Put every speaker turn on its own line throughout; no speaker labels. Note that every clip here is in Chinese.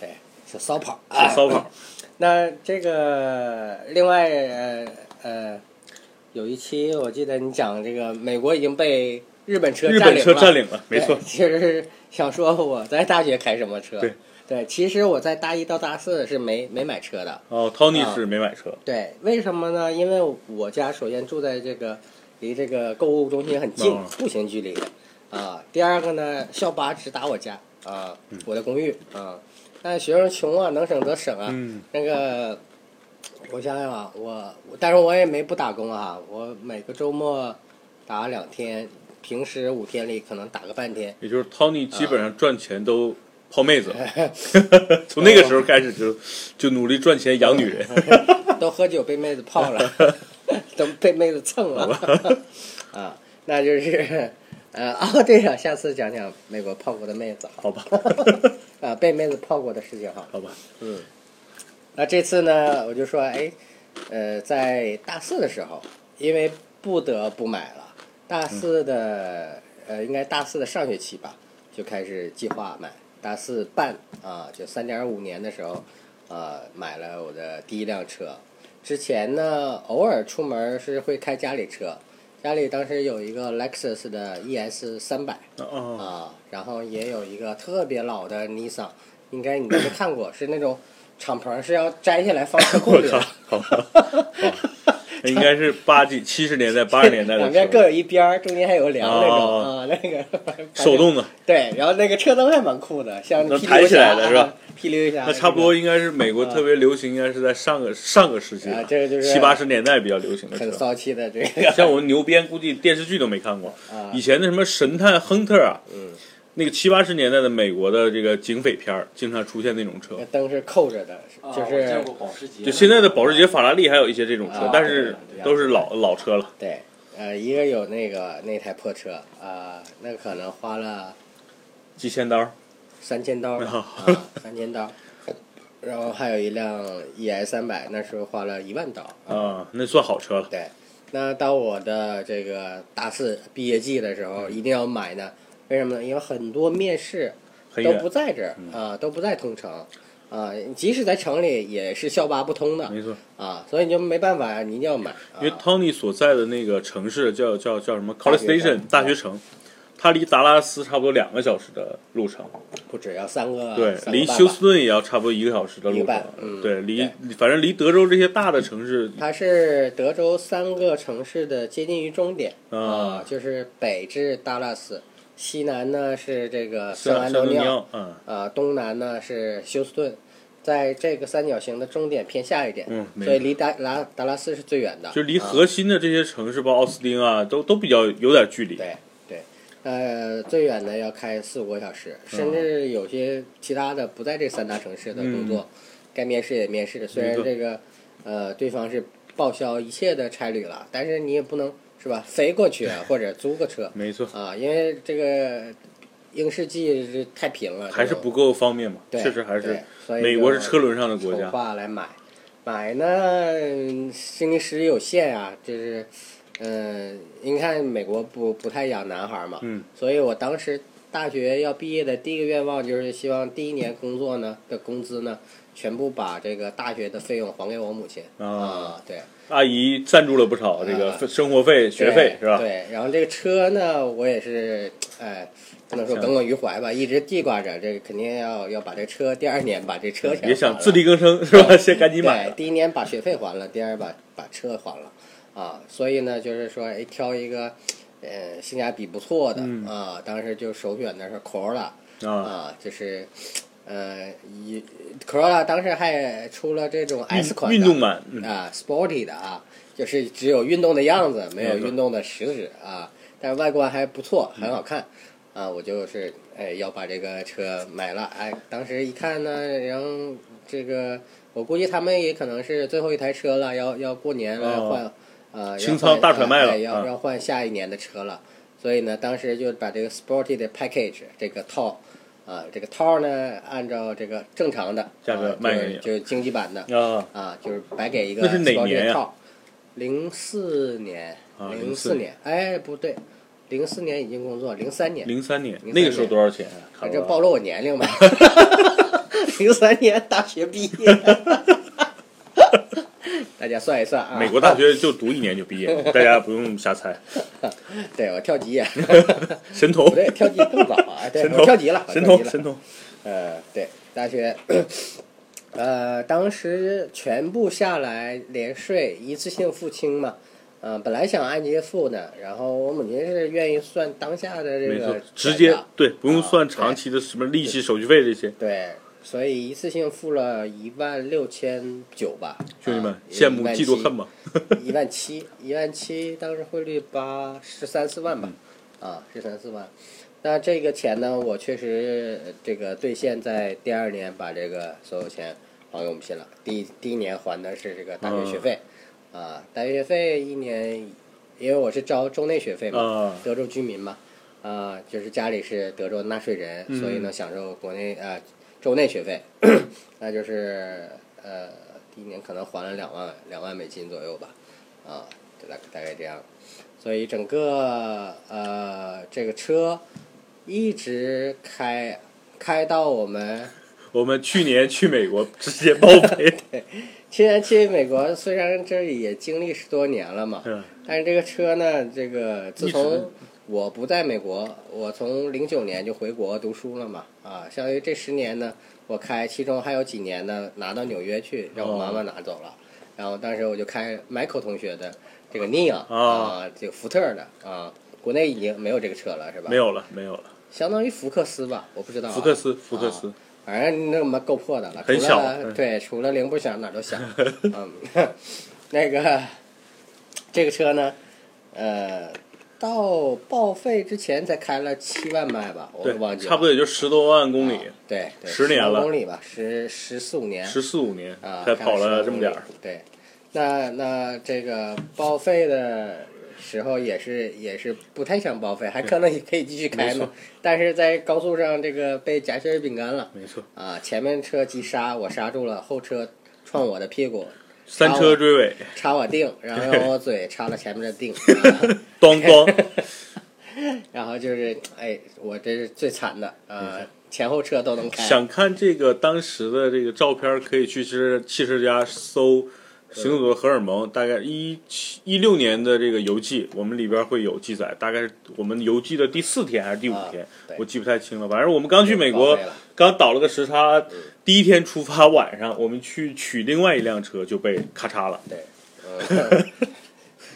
哎是烧烤。
是烧烤。
那这个另外呃呃，有一期我记得你讲这个美国已经被日本车
日
占
本
领
车
了，
占领了，没
对
错，
其实是想说我在大学开什么车？
对
对其实我在大一到大四是没没买车的。
哦，Tony
啊
是没买车，
对，为什么呢？因为我家首先住在这个离这个购物中心很近
哦，
步行距离的啊。第二个呢，校巴直达我家啊，我的公寓啊。但学生穷啊，能省则省啊。
嗯
那个，我想想啊，我我但是我也没不打工啊，我每个周末打两天，平时五天里可能打个半天。
也就是 Tony 基
啊
本上赚钱都泡妹子， 从那个时候开始就就努力赚钱养女人，
都喝酒被妹子泡了，都被妹子蹭了， 啊，那就是，呃，哦，对了，下次讲讲美国泡过的妹子，
好吧，
啊，被妹子泡过的事情哈。
好吧，
嗯，那这次呢，我就说，哎，呃，在大四的时候，因为不得不买了，大四的，呃，应该大四的上学期吧，就开始计划买，大四半啊、就三点五年的时候，呃，买了我的第一辆车。之前呢，偶尔出门是会开家里车，家里当时有一个 Lexus 的 ES 三百，
哦，
啊，然后也有一个特别老的 Nissan，应该你都没看过，是那种敞篷是要摘下来放车库
我
里
操
的，，
好吧，好吧，那应该是八几七十年代八十年 代
两
的
边各
时候，
有一边儿，中间还有个梁那种、
哦
啊，那个
手动的，
对，然后那个车灯还蛮酷的，像
能
霹雳
抬
游
起来
侠
的是吧
啊？霹雳游侠
那差不多
那
应该是美国特别流行，应该是在上个上个世纪吧
啊这个就是
七八十年代比较流行的
个很
车。
骚气的这 个
像我们牛鞭，估计电视剧都没看过。
啊
以前的什么神探亨特啊，
嗯
那个七八十年代的美国的这个警匪片儿，经常出现那种车
那。灯是扣着的，就是、
啊哦见过保时捷，
就现在的保时捷、法拉利还有一些这种车
啊，
但是
对
都是老老车了。
对，呃，一个有那个那台破车啊、那可能花了。
几千刀，
三千刀
哦
吧啊，三千刀。然后还有一辆 ES 三百，那时候花了一万刀。
啊，那算好车了。
对，那到我的这个大四毕业季的时
嗯
候，一定要买呢。为什么呢？因为很多面试
很
都
远
不在这儿
嗯
啊，都不在同城啊，即使在城里也是校巴不通的
没错，
啊，所以你就没办法呀，你一定要买。啊
嗯因为 Tony 所在的那个城市叫叫叫什么 College
大学城
Station 大学城，它离达拉斯差不多两个小时的路程。
不止要三个，
对，
啊三个
离
半
休
吧
斯顿也要差不多一个小时的
一
路
个
程
半。嗯
对，离
对
反正离德州这些大的城市，
它是德州三个城市的接近于终点
啊
就是北至达拉斯，西南呢是这个
圣
安
圣
东尼
安尼
奥，
奥，嗯，
啊，东南呢是休斯顿，在这个三角形的终点偏下一点，
嗯没
所以离达拉达拉斯是最远的，
就离
啊
核心的这些城市，包括奥斯汀啊，都都比较有点距离。
对对，呃，最远的要开四五个小时，
嗯
甚至有些其他的不在这三大城市的工作，该面试也面试。虽
嗯没
然
错
这个呃对方是报销一切的差旅了，但是你也不能是吧飞过去 啊或者租个车
没错，
啊，因为这个英世纪是太贫了，
还是
这种
不够方便嘛，
对
确实还
对
是
所以
美国
就是
车轮上的国
筹
家。
划来买，买呢嗯经济实力有限啊，就是，呃，您看美国不不太养男孩嘛，
嗯，
所以我当时大学要毕业的第一个愿望就是希望第一年工作呢的工资呢，全部把这个大学的费用还给我母亲
啊
对，
阿姨赞助了不少这
啊
个生活费、学费
对
是吧？
对，然后这个车呢，我也是，哎。不能说耿耿于怀吧，一直记挂着，这个肯定要要把这车第二年把这车
也
想
想自力更生是吧？先赶紧买
对，
了。
第一年把学费还了，第二把把车还了，啊，所以呢，就是说，哎，挑一个，呃，性价比不错的、
嗯
啊，当时就首选的是 Corolla
啊，
啊，就是，呃，一 Corolla 当时还出了这种 S 款的
运运动版，嗯
啊，sporty 的啊，就是只有运动的样子，没有
没错
运动的实质啊，但是外观还不错，很好看。啊，我就是哎要把这个车买了，哎，当时一看呢，然后这个我估计他们也可能是最后一台车了，要要过年了、
哦
换，呃，
清
要
仓
换
大甩卖了
哎要
啊
要换下一年的车了，所以呢，当时就把这个 sporty 的 package 这个套。啊，这个套呢，按照这个正常的
价格
啊
卖
就
给
是
你
就是经济版的，
啊，
啊，就是白给一个
那是哪年呀
零四年，
啊
零
04
年，哎，不对，零四年已经工作，零三年，
零三年
03
那个时候多少钱啊？
啊
卡
这
罗拉
暴露我年龄吧？零三年大学毕业， 大家算一算啊，
美国大学就读一年就毕业了，大家不用瞎猜。
对我跳级也，
神
不
童，
对，跳级更早啊，对
神
我
童
跳级了，我
神
跳级
童，
了
神童，
呃，对，大学，呃，当时全部下来连税一次性付清嘛，呃，本来想按揭付的，然后我母亲是愿意算当下的这
没错
个，
直
钱
接
的
对，不用
啊
算
对
长期的什么利息、手续费这些。
对，所以一次性付了一万六千九吧，
兄弟们
啊，
羡慕嫉妒恨，吧，
一万七，一万七，当时汇率八十三四万吧，啊，十三四万。那这个钱呢，我确实呃这个兑现在第二年把这个所有钱还给我们新了。第一第一年还的是这个大学学费，啊，大学学费一年，因为我是招州内学费嘛，
啊
德州居民嘛，啊、就是家里是德州纳税人，
嗯
所以呢享受国内啊、呃、州内学费， 那就是呃第一年可能还了两万两万美金左右吧，啊，大概大概这样，所以整个呃这个车一直开开到我们
我们去年去美国 直接报 废，
去年去美国，虽然这也经历十多年了嘛，
嗯
但是这个车呢，这个自
一直
从我不在美国，我从零九年就回国读书了嘛，啊，相当于这十年呢，我开，其中还有几年呢拿到纽约去，让我妈妈拿走了，
哦
然后当时我就开 Michael 同学的这个 Nia
哦
啊，这个福特的啊，国内已经没有这个车了是吧？
没，有了，没有了。
相当于福克斯吧，我不知道、啊。
福克斯，福克斯，
反正那么够破的了，
很
除
小
了
嗯
对，除了零不响哪儿都响。 嗯，那个这个车呢，呃，到报废之前才开了七万迈吧，我
对
忘，记了，
差不多也就十多万公里
啊，对，对
十年
10
了
公里吧，十十四五年，
十四五年
啊，
才跑了这么点
开
儿
15公。里对，那那这个报废的时候也是也是不太想报废，还可能也可以继续开
没
嘛
错。
但是在高速上这个被夹心儿饼干了。
没错，
啊，前面车急刹，我刹住了，后车撞我的屁股，
三车追尾，
插我腚，然后用我嘴插了前面的腚、 啊
咣咣，
然后就是，哎，我这是最惨的，啊，前后车都能开，
嗯想看这个当时的这个照片儿，可以去是汽车家
嗯
搜。行走的荷尔蒙，大概一七一六年的这个游记，我们里边儿会有记载。大概是我们游记的第四天还是第五
啊
天，
对
我记不太清了。反正我们刚去美国
报废了，
刚倒了个时差，第一天出发晚上，我们去取另外一辆车就被咔嚓了。
对，嗯，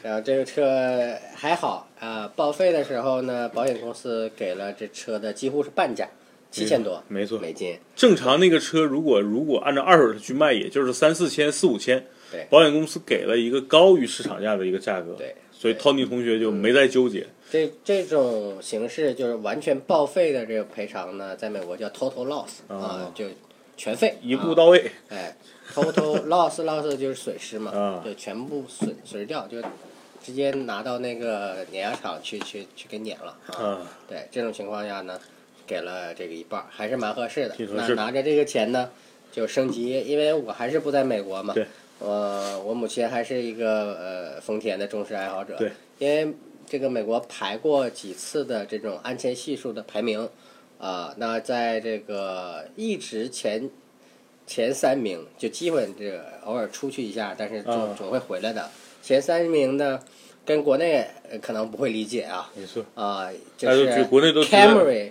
然后这个车还好啊，报废的时候呢，保险公司给了这车的几乎是半价，七千多
没错，
美金，
正常那个车如果如果按照二手车去卖，也就是三四千、四五千
对，
保险公司给了一个高于市场价的一个价格，
对
所以 Tony 同学就没再纠结。
这这种形式就是完全报废的这个赔偿呢，在美国叫 total loss 啊
哦，
就全废，
一步
啊
到位，
哎，total loss loss 就是损失嘛，
啊
就全部损损失掉，就直接拿到那个碾压厂去去去给碾了啊。
啊，
对，这种情况下呢，给了这个一半儿，还是蛮合适的。
挺合
那
适的
拿着这个钱呢，就升级，因为我还是不在美国嘛，
对
呃，我母亲还是一个呃丰田的忠实爱好者，
对，
因为这个美国排过几次的这种安全系数的排名，啊、那在这个一直前前三名，就基本这个偶尔出去一下，但是总、
啊
总会回来的。前三名呢，跟国内呃可能不会理解啊，
没错，
啊、就
大家
是
都觉国内都觉得
Camry，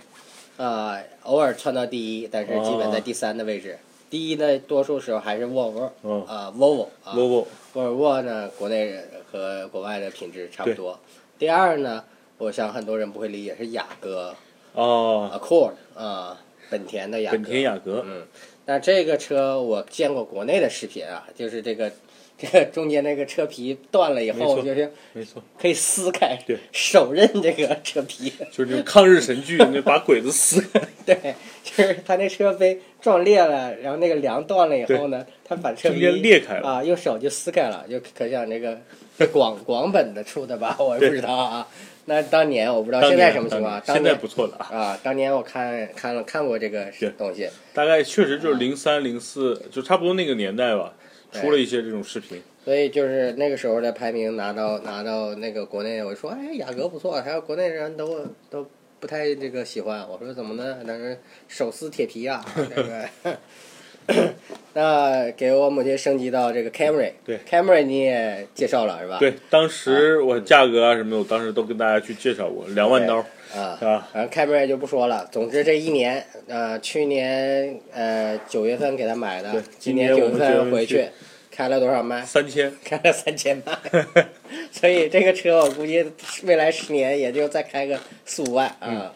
啊、偶尔窜到第一，但是基本在第三的位
哦
置。第一呢，多数时候还是沃尔沃，
嗯
啊，Volvo 啊
v o v o
沃尔沃呢，国内和国外的品质差不多。第二呢，我想很多人不会理解是雅阁
哦，
Accord 啊、本田的雅阁。
本田雅阁，
嗯，那这个车我见过国内的视频啊，就是这个 这个中间那个车皮断了以
没
后，
错
就是
没错，
可以撕开，
对
手刃这个车皮。
就是那种抗日神剧， 那把鬼子撕开，
对，就是他那车被撞裂了，然后那个梁断了以后呢，他把车
中
皮
间裂开了
啊，用手就撕开了，就可想那个 广广本的出的吧，我也不知道啊。那当年我不知道
当
现
年
在什么情况啊，
当
当
年现在
年
不错了啊，
啊，当年我看看了看过这个
对
东西，
大概确
啊
实就是零三零四，就差不多那个年代吧，出了一些这种视频，
所以就是那个时啊候的排名拿到拿到那个国内，我说哎雅阁不错，还有国内人都都不太这个喜欢。我说怎么呢？他说手撕铁皮 啊，那个。 那给我母亲升级到这个 Camry，
对
Camry 你也介绍了是吧？
对，当时我价格啊什么的，我当时都跟大家去介绍过，两万刀
啊，
啊，
反正开门也就不说了。总之这一年，呃，去年呃九月份给他买的
对，
今
今年
九
我
月
们
份回
决定
去开了多少迈？
三千。
开了三千迈， 所以这个车我估计未来十年也就再开个四五万啊，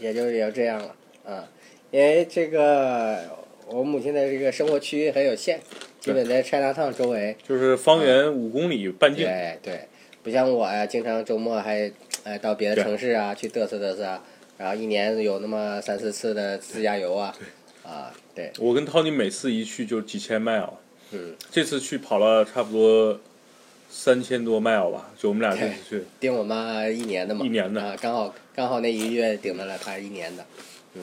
也就也就这样了啊。因为这个我母亲的这个生活区域很有限，基本在 Chinatown 周围，
就是方圆五公里半径，
对对，不像我呀、经常周末还哎到别的城市啊去嘚瑟嘚瑟啊，然后一年有那么三四次的自驾游啊，啊对，
我跟 Tony 每次一去就几千 mile，
嗯，
这次去跑了差不多三千多 mile 吧，就我们俩这次去，
顶我妈一年的嘛，
一年的
啊，刚好刚好那一个月顶到了她一年的，嗯，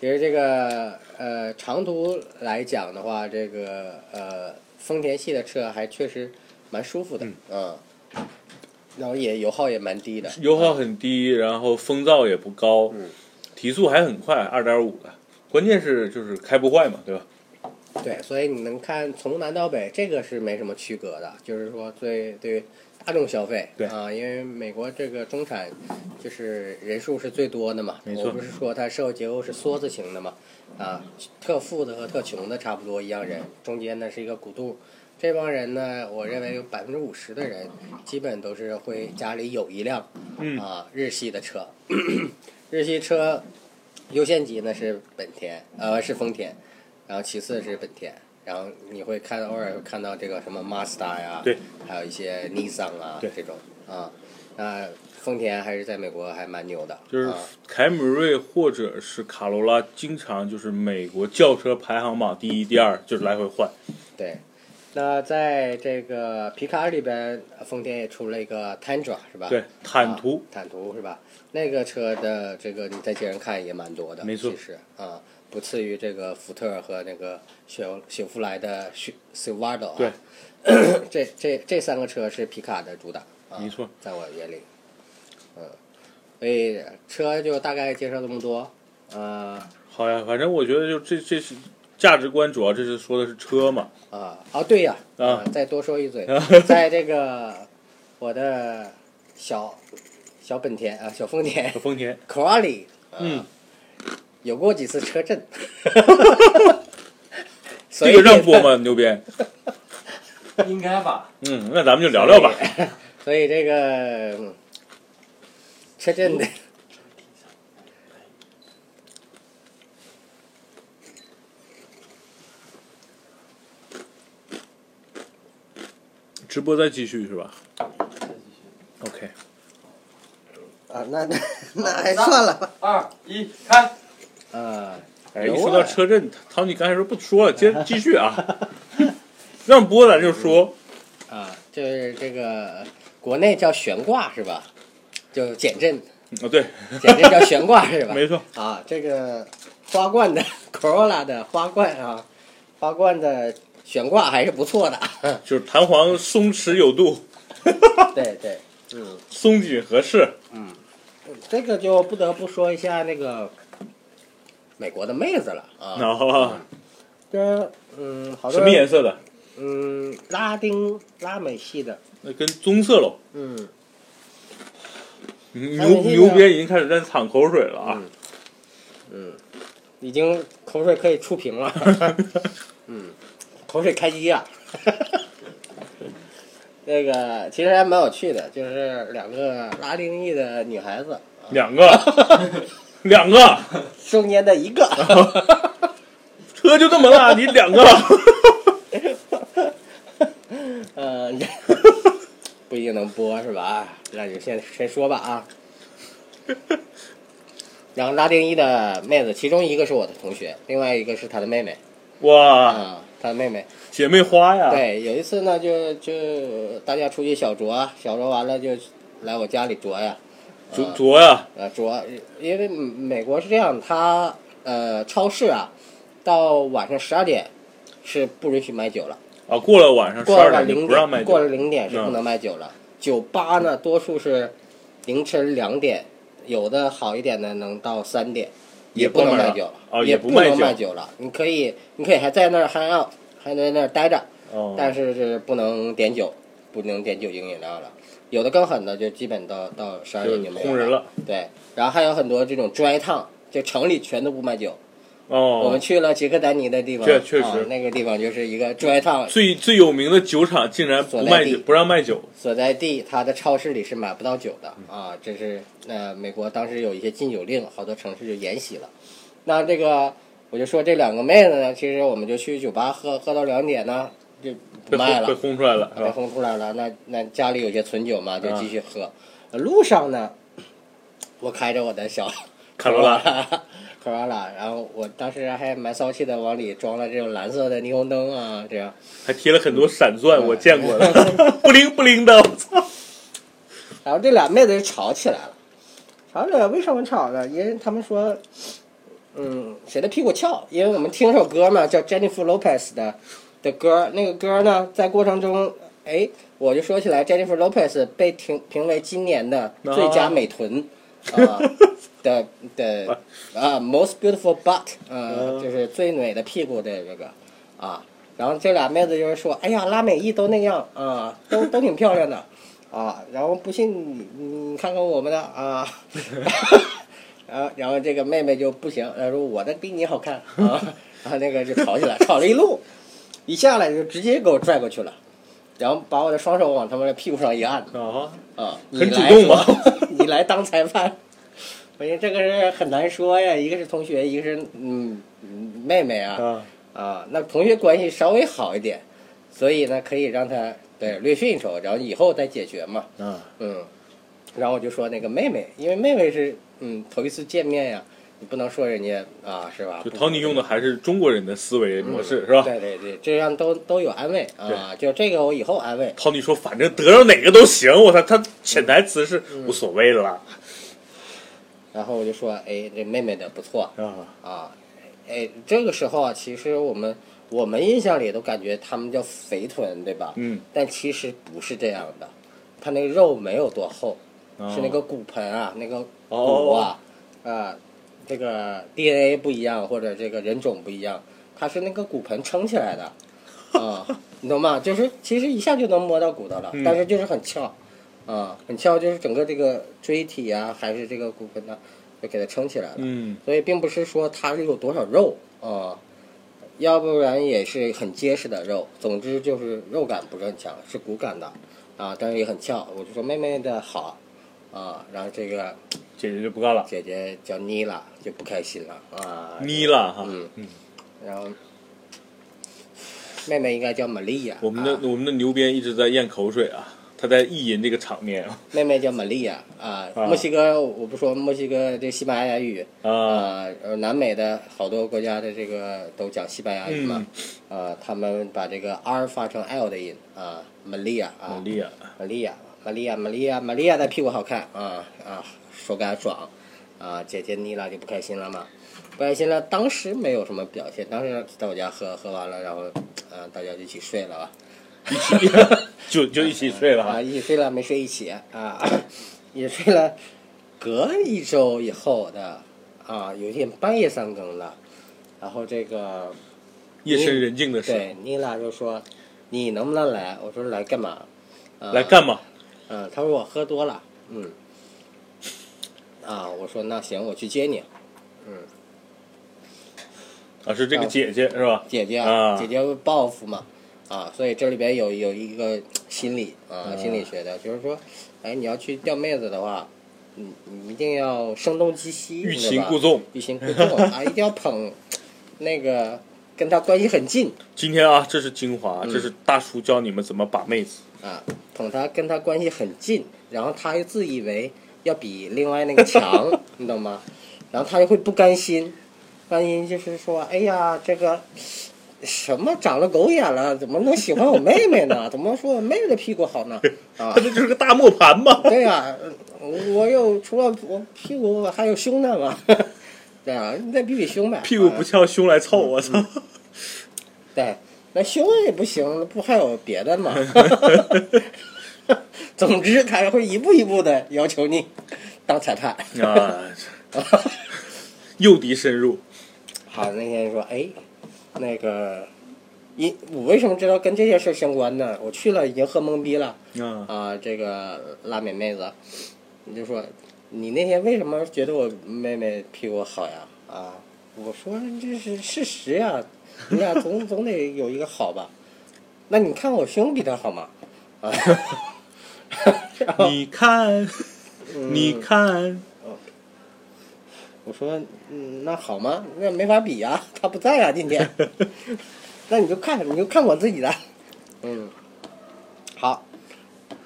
其实这个呃长途来讲的话，这个呃丰田系的车还确实蛮舒服的，嗯。然后也油耗也蛮低的，
油耗很低，然后风噪也不高，
嗯
提速还很快，二点五的，关键是就是开不坏嘛，对吧？
对，所以你能看从南到北，这个是没什么区隔的，就是说对对于大众消费，
对
啊，因为美国这个中产就是人数是最多的嘛，
没
我
错
不是说它社会结构是缩字形的嘛，啊，特富的和特穷的差不多一样人，中间呢是一个骨肚。这帮人呢，我认为有百分之五十的人基本都是会家里有一辆
嗯
啊日系的车， 日系车优先级呢是本田，呃是丰田，然后其次是本田，然后你会看偶尔会看到这个什么 Mazda 呀，
对，
还有一些 Nissan 啊
对
这种啊，那丰田还是在美国还蛮牛的，
就是
啊、
凯美瑞或者是卡罗拉，经常就是美国轿车排行榜第一、第二，就是来回换。
对。那在这个皮卡里边，丰田也出了一个 Tundra 是吧？
对，坦途，
啊坦途是吧？那个车的这个你在街上看也蛮多的，
没错
其实啊，不次于这个福特和那个雪雪佛兰的雪 Silverado 啊。
对
这这这三个车是皮卡的主打啊，
没错，
在我眼里，嗯，所以车就大概介绍这么多，呃
好呀，反正我觉得就这这是价值观，主要这是说的是车嘛。
啊哦对呀
啊
再多说一嘴， 在这个我的小小本田啊小丰田
和丰田，
c o r a l i
嗯，
呃有过几次车 震，所
这
以
个让播吗？牛鞭，
应该吧？
嗯，那咱们就聊聊吧。
所以这个嗯车震的，
直播再继续是吧？OK，
啊，那 那那还算了吧。
二一开，
啊，
哎，
有
一
啊
说到车震，唐你刚才说不说了，接着继续啊， 让播咱就说。
啊，就是这个国内叫悬挂是吧？就减震，
啊，对，
减震叫悬挂是吧？
没错，
啊，这个花冠的 Corolla 的花冠啊，花冠的悬挂还是不错的。
就是弹簧松弛有度，
对对，嗯，
松紧合适。
这个就不得不说一下那个美国的妹子了啊。
然后啊
这嗯，好
什
多
么颜色的？
嗯，拉丁拉美系的，
那跟棕色喽。
嗯，
牛牛鞭已经开始在淌口水了啊！
已经口水可以触屏了， 嗯，口水开机啊。 那个其实还蛮有趣的，就是两个拉丁裔的女孩子，
两个， 两个
中间的一个，
车就这么大，你 两个，
呃， 不一定能播是吧？啊那就先先说吧啊。然后拉丁裔的妹子，其中一个是我的同学，另外一个是她的妹妹
哇，
啊，她的妹妹。
姐妹花呀！
对，有一次呢，就就大家出去小酌啊，小酌完了就来我家里酌呀，
卓卓呀，
呃，酌，因为美国是这样，它呃超市啊，到晚上十二点是不允许卖酒了，
啊，过了晚上十
过
二
了
点
零
就不让卖
点过了
酒，嗯
零点是不能卖酒了。酒吧呢，多数是凌晨两点有的好一点的能到三点，
也
不能
关门
卖
了
酒了，
哦
也
也
不
不卖
能
酒
卖酒了。你可以，你可以还在那儿 hang out，还在那儿待着，
哦，
但是是不能点酒，不能点酒精饮料了。有的更狠的，就基本到到十二
就
点就没有
轰人了。
对，然后还有很多这种 dry town，就城里全都不卖酒。我
哦
们，去了杰克丹尼的地方，
确确实
啊那个地方就是一个 dry town
最最有名的酒厂竟然不卖
所在地
酒，不让卖酒，
所在地，它的超市里是买不到酒的啊。这是呃，美国当时有一些禁酒令，好多城市就沿袭了。那这个我就说这两个妹子呢，其实我们就去酒吧喝，喝到两点呢就不
被
卖
轰被
了，
轰出来了，是
被
吧？
轰出来了。那那家里有些存酒嘛，就继续
啊
喝。呃路上呢，我开着我的小
卡罗拉，
卡罗拉，然后我当时还蛮骚气的，往里装了这种蓝色的霓虹灯啊，这样。
还贴了很多闪钻，
嗯
我见过的， 不灵不灵的，我操！
然后这俩妹子就吵起来了，吵起来了为什么吵呢？因为他们说，嗯，谁的屁股翘？因为我们听首歌嘛，叫 Jennifer Lopez 的的歌，那个歌呢，在过程中，哎，我就说起来，Jennifer Lopez 被评评为今年的最佳美臀啊、的的啊 Most Beautiful Butt，呃，
嗯
就是最美的屁股的这个啊。然后这俩妹子就是说，哎呀，拉美裔都那样啊，都都挺漂亮的。啊，然后不信你你看看我们的啊， 然后然后这个妹妹就不行，她说我的比你好看啊，然后那个就吵起来，吵了一路，一下来就直接给我拽过去了，然后把我的双手往他们的屁股上一按
啊，
啊，你
很主
来
动嘛
说 你来当裁判，我觉得这个是很难说呀，一个是同学，一个是嗯嗯妹妹啊，
啊，
啊，那同学关系稍微好一点，所以呢可以让他对略逊一手，然后以后再解决嘛。
啊，
嗯，然后我就说那个妹妹，因为妹妹是嗯头一次见面呀，你不能说人家啊是吧？
就陶尼用的还是中国人的思维模式，是吧？
嗯对对对，这样都都有安慰啊，就这个我以后安慰。
陶尼说：“反正得着哪个都行。”我操，他潜台词是
嗯
无所谓了
然后我就说，哎，这妹妹的不错
啊！
啊，哎，这个时候啊，其实我们我们印象里都感觉他们叫肥臀，对吧？
嗯，
但其实不是这样的，他那个肉没有多厚，嗯是那个骨盆啊，那个骨啊，啊，这个 DNA 不一样或者这个人种不一样，它是那个骨盆撑起 来的，啊、你懂吗？就是其实一下就能摸到骨头了，
嗯
但是就是很翘，啊、很翘，就是整个这个椎体啊，还是这个骨盆呢、就给它撑起来了。
嗯，
所以并不是说它有多少肉啊、要不然也是很结实的肉。总之就是肉感不是很强，是骨感的啊，但是也很翘。我就说妹妹的好啊，然后这个
姐姐就不干了，
姐姐叫妮拉就不开心了啊，
妮了哈。
嗯然后妹妹应该叫玛利亚，
我们的
啊
我们的牛鞭一直在咽口水啊，他在意淫这个场面啊
妹妹叫玛利亚啊，
啊
墨西哥我不说墨西哥这西班牙语。
啊！
啊，呃，南美的好多国家的这个都讲西班牙语嘛，呃，他们把这个 R 发成 L 的音啊，Maria 啊
努力啊！
，Maria，Maria，Maria，Maria 的屁股好看啊啊，手感爽啊，姐姐妮拉就不开心了嘛，不开心了，当时没有什么表现，当时在我家喝喝完了，然后呃，大家就一起睡了吧，
就就一起睡了
啊，
哈。
一起睡了没睡一起啊，也睡了，隔一周以后的啊，有一天半夜三更了，然后这个
夜深人静的时候，
对妮拉就说：“你能不能来？”我说：“来干嘛？”啊
来干嘛？
嗯，他说我喝多了，嗯，啊，我说那行，我去接你，
啊，是这个姐姐是吧？
姐姐
啊
姐姐会报复嘛，啊，所以这里边有有一个心理啊，
嗯
心理学的，就是说，哎，你要去钓妹子的话，你你一定要声东击西，对
欲擒
吧
故，纵。
欲擒故纵啊，一定要捧那个跟他关系很近
今天啊，这是精华，
嗯
这是大叔教你们怎么把妹子。
啊，捧他跟他关系很近，然后他又自以为要比另外那个 强，你懂吗？然后他就会不甘心，不甘心就是说，哎呀，这个什么长了狗眼了，怎么能喜欢我妹妹 呢？怎么说我妹妹的屁股好呢？啊
他，这就是个大磨盘嘛。
对呀、我有除了我屁股我还有胸呢嘛， 对啊，你再比比胸呗，
屁股不
啊
翘，胸来凑，我操！
对，那胸也不行，不还有别的吗？总之，他会一步一步的要求你当裁判。
啊，诱敌深入，
好，那天说，哎，那个，因我为什么知道跟这些事儿相关呢？我去了已经喝懵逼了
啊
啊、这个拉美妹子，你就说，你那天为什么觉得我妹妹屁股好呀？啊，我说这是事实呀，你俩总总得有一个好吧？那你看我胸比她好吗？啊，然后
你看，你看，
嗯我说，嗯，那好吗？那没法比呀、他不在呀、今天。那你就看，你就看我自己的。嗯，好。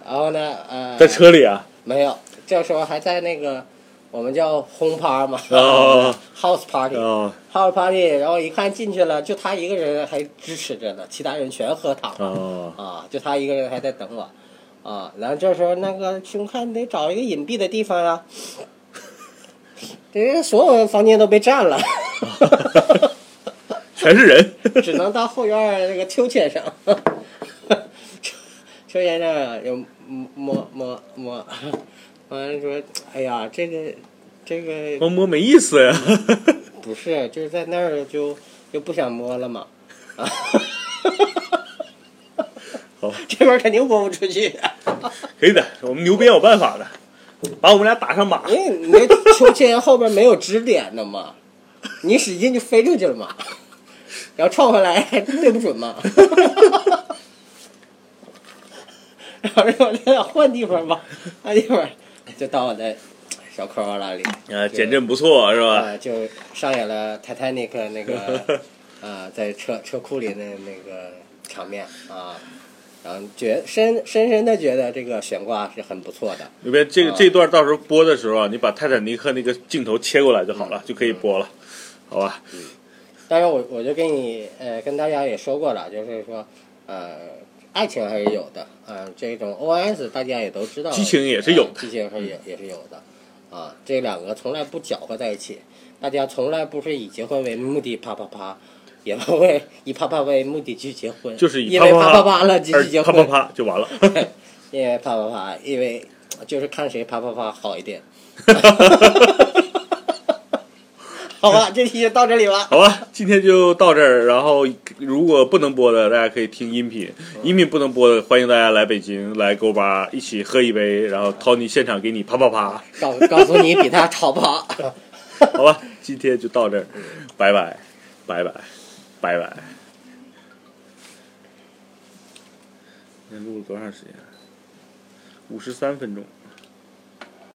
然后呢，呃，
在车里啊，
没有，这时候还在那个我们叫轰趴嘛、
哦
h o u s e party，、
啊
house party。然后一看进去了，就他一个人还支持着呢，其他人全喝躺了。
啊，
啊，就他一个人还在等我，啊，然后这时候那个熊看得找一个隐蔽的地方啊，这人所有房间都被占 了，
全是人，
只能到后院儿那个秋千上， 秋秋千上有摸摸摸，完了说，哎呀，这个这个
摸摸没意思 呀，
不是，就是在那儿就就不想摸了嘛，啊，
好，
这边儿肯定摸不出去。啊
可以的，我们牛鞭有办法的，把我们俩打上马， 啊
因为你那秋千后边没有支点的嘛，你使劲就飞出去了嘛，然后撞回来还对不准嘛。 然后说咱俩换地方吧，换地方就到我的小科瓦拉里，
啊，减震不错是吧？
啊，就上演了 Titanic 那个啊，在车车库里的那个场面啊，然后觉深深深的觉得这个悬挂是很不错的。
牛鞭，这个
啊
这段到时候播的时候啊，你把泰坦尼克那个镜头切过来就好
嗯
了，就可以播了，好吧？
当然我，我就跟你呃跟大家也说过了，就是说，呃，爱情还是有的，呃，这种 OS 大家也都知道，
激情也是有的
呃激情是也也是有的，啊，这两个从来不搅和在一起，大家从来不是以结婚为目的啪啪啪，也不会以啪啪为目的去结婚，
就是以
因
啪
为
啪
啪啪了继
而
续结
啪
婚，
啪啪就完了。
因为啪啪啪，因为就是看谁啪啪啪好一 点。 好吧，这期就到这里吧。
好吧， 今天就到这儿。然后如果不能播的，大家可以听音频；
嗯
音频不能播的，欢迎大家来北京来勾吧，一起喝一杯，然后 Tony 现场给你啪啪 啪。
告告诉你比他 好不好？
好吧，今天就到这儿，拜拜，拜拜，拜拜。啊那录了多长时间？五十三分钟。